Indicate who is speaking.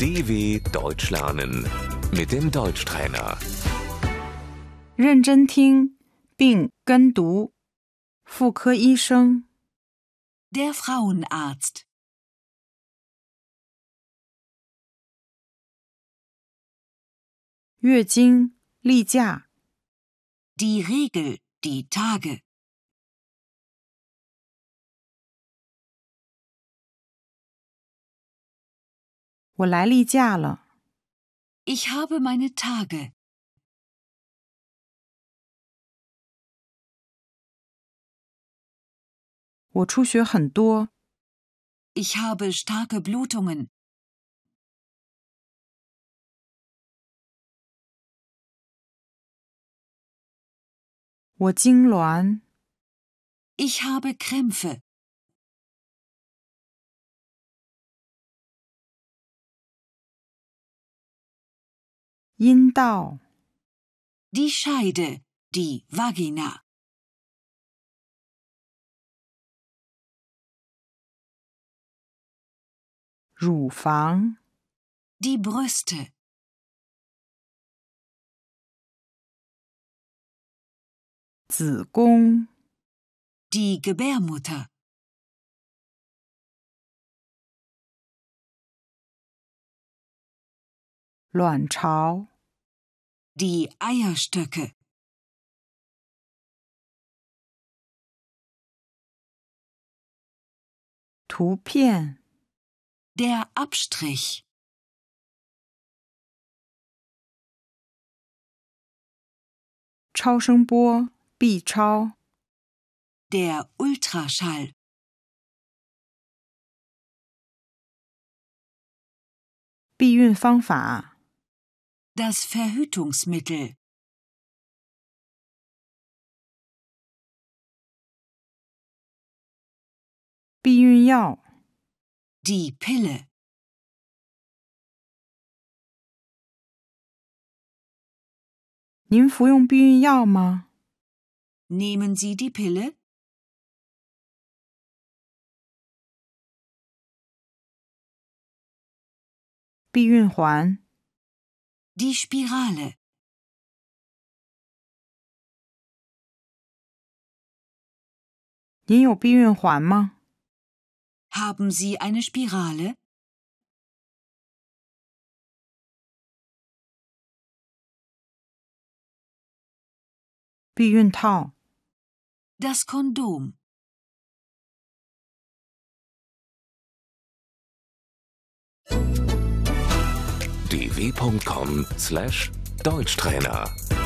Speaker 1: DW Deutsch lernen mit dem Deutschtrainer.
Speaker 2: 认真听并跟读。妇科医生，
Speaker 3: Der Frauenarzt.
Speaker 2: 月经、例假、
Speaker 3: Die Regel. Die Tage.
Speaker 2: 我来例假了。
Speaker 3: Ich habe meine Tage.
Speaker 2: 我出血很多，
Speaker 3: Ich habe starke Blutungen.
Speaker 2: 我痉挛，
Speaker 3: Ich habe Krämpfe.
Speaker 2: 阴道、
Speaker 3: Die Scheide. Die Vagina.
Speaker 2: 乳房、
Speaker 3: Die Brüste.
Speaker 2: 子宫、
Speaker 3: Die Gebärmutter.
Speaker 2: 卵巢、
Speaker 3: Die Eierstöcke.
Speaker 2: 图片、
Speaker 3: Der Abstrich.
Speaker 2: 超声波、B 超、
Speaker 3: Der Ultraschall.
Speaker 2: 避孕方法、
Speaker 3: Das Verhütungsmittel.
Speaker 2: 避孕药、
Speaker 3: Die Pille.
Speaker 2: 您服用避孕药吗？
Speaker 3: Nehmen Sie die Pille?
Speaker 2: 避孕环、
Speaker 3: Die Spirale.
Speaker 2: 您有避孕环吗？
Speaker 3: Haben Sie eine Spirale?
Speaker 2: 避孕套、
Speaker 3: Das Kondom.
Speaker 1: dw.com/deutschtrainer